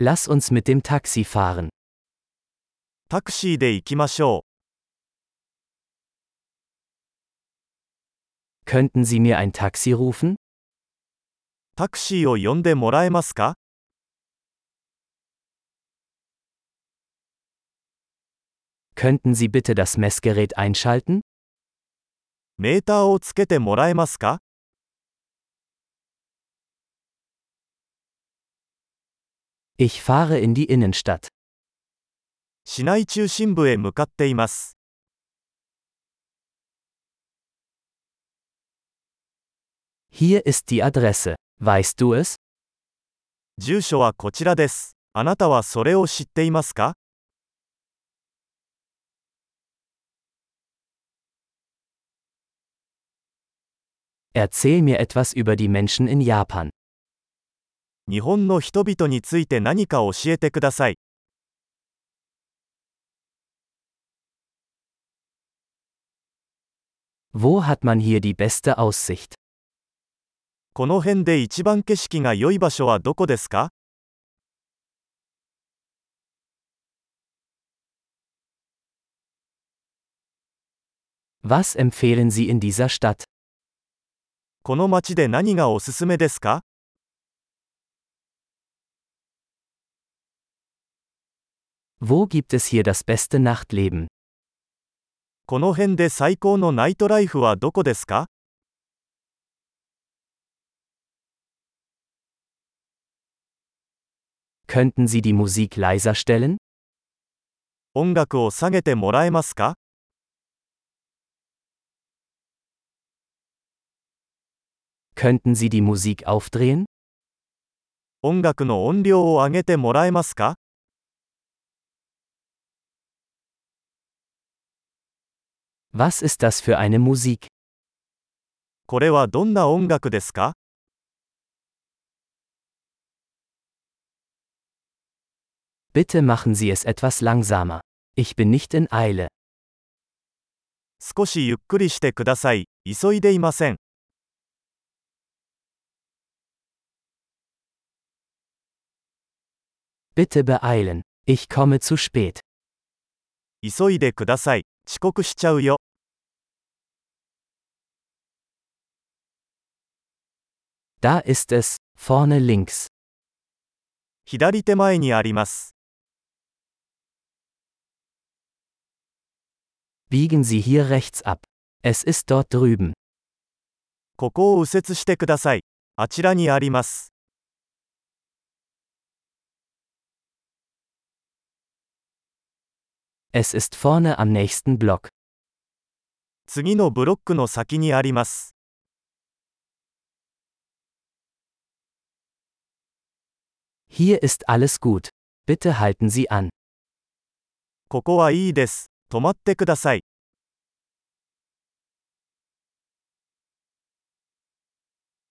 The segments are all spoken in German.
Lass uns mit dem Taxi fahren. タクシーで行きましょ Könnten Sie mir ein Taxi rufen? う。タクシーを呼んでもらえますか Könnten Sie bitte das Messgerät einschalten? メーターをつけてもらえますか Ich fahre in die Innenstadt. 市内中心部へ向かっています。 Hier ist die Adresse. Weißt du es? 住所はこちらです。あなたはそれを知っていますか Erzähl mir etwas über die Menschen in Japan. 日本の人々について何か教えてください。 Wo hat man hier die beste Aussicht? この辺で一番景色が良い場所はどこですか Was empfehlen Sie in dieser Stadt? この街で何がおすすめですか Wo gibt es hier das beste Nachtleben? この辺で最高のナイトライフはどこですか Könnten Sie die Musik leiser stellen? 音楽を下げてもらえますか Könnten Sie die Musik aufdrehen? 音楽の音量を上げてもらえますか Was ist das für eine Musik? これはどんな音楽ですか Bitte machen Sie es etwas langsamer. Ich bin nicht in Eile. 少しゆっくりしてください。急いでいません。 Bitte beeilen. Ich komme zu spät. 急いでください。遅刻しちゃうよ。 Da ist es, vorne links. 左手前にあります。 Biegen Sie hier rechts ab. Es ist dort drüben. ここを右折してください。あちらにあります。 Es ist vorne am nächsten Block. 次のブロックの先にあります。 Hier ist alles gut. Bitte halten Sie an. ここはいいです。止まってください。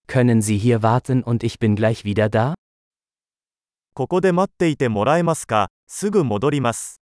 Können Sie hier warten und ich bin gleich wieder da? ここで待っていてもらえますかすぐ戻ります。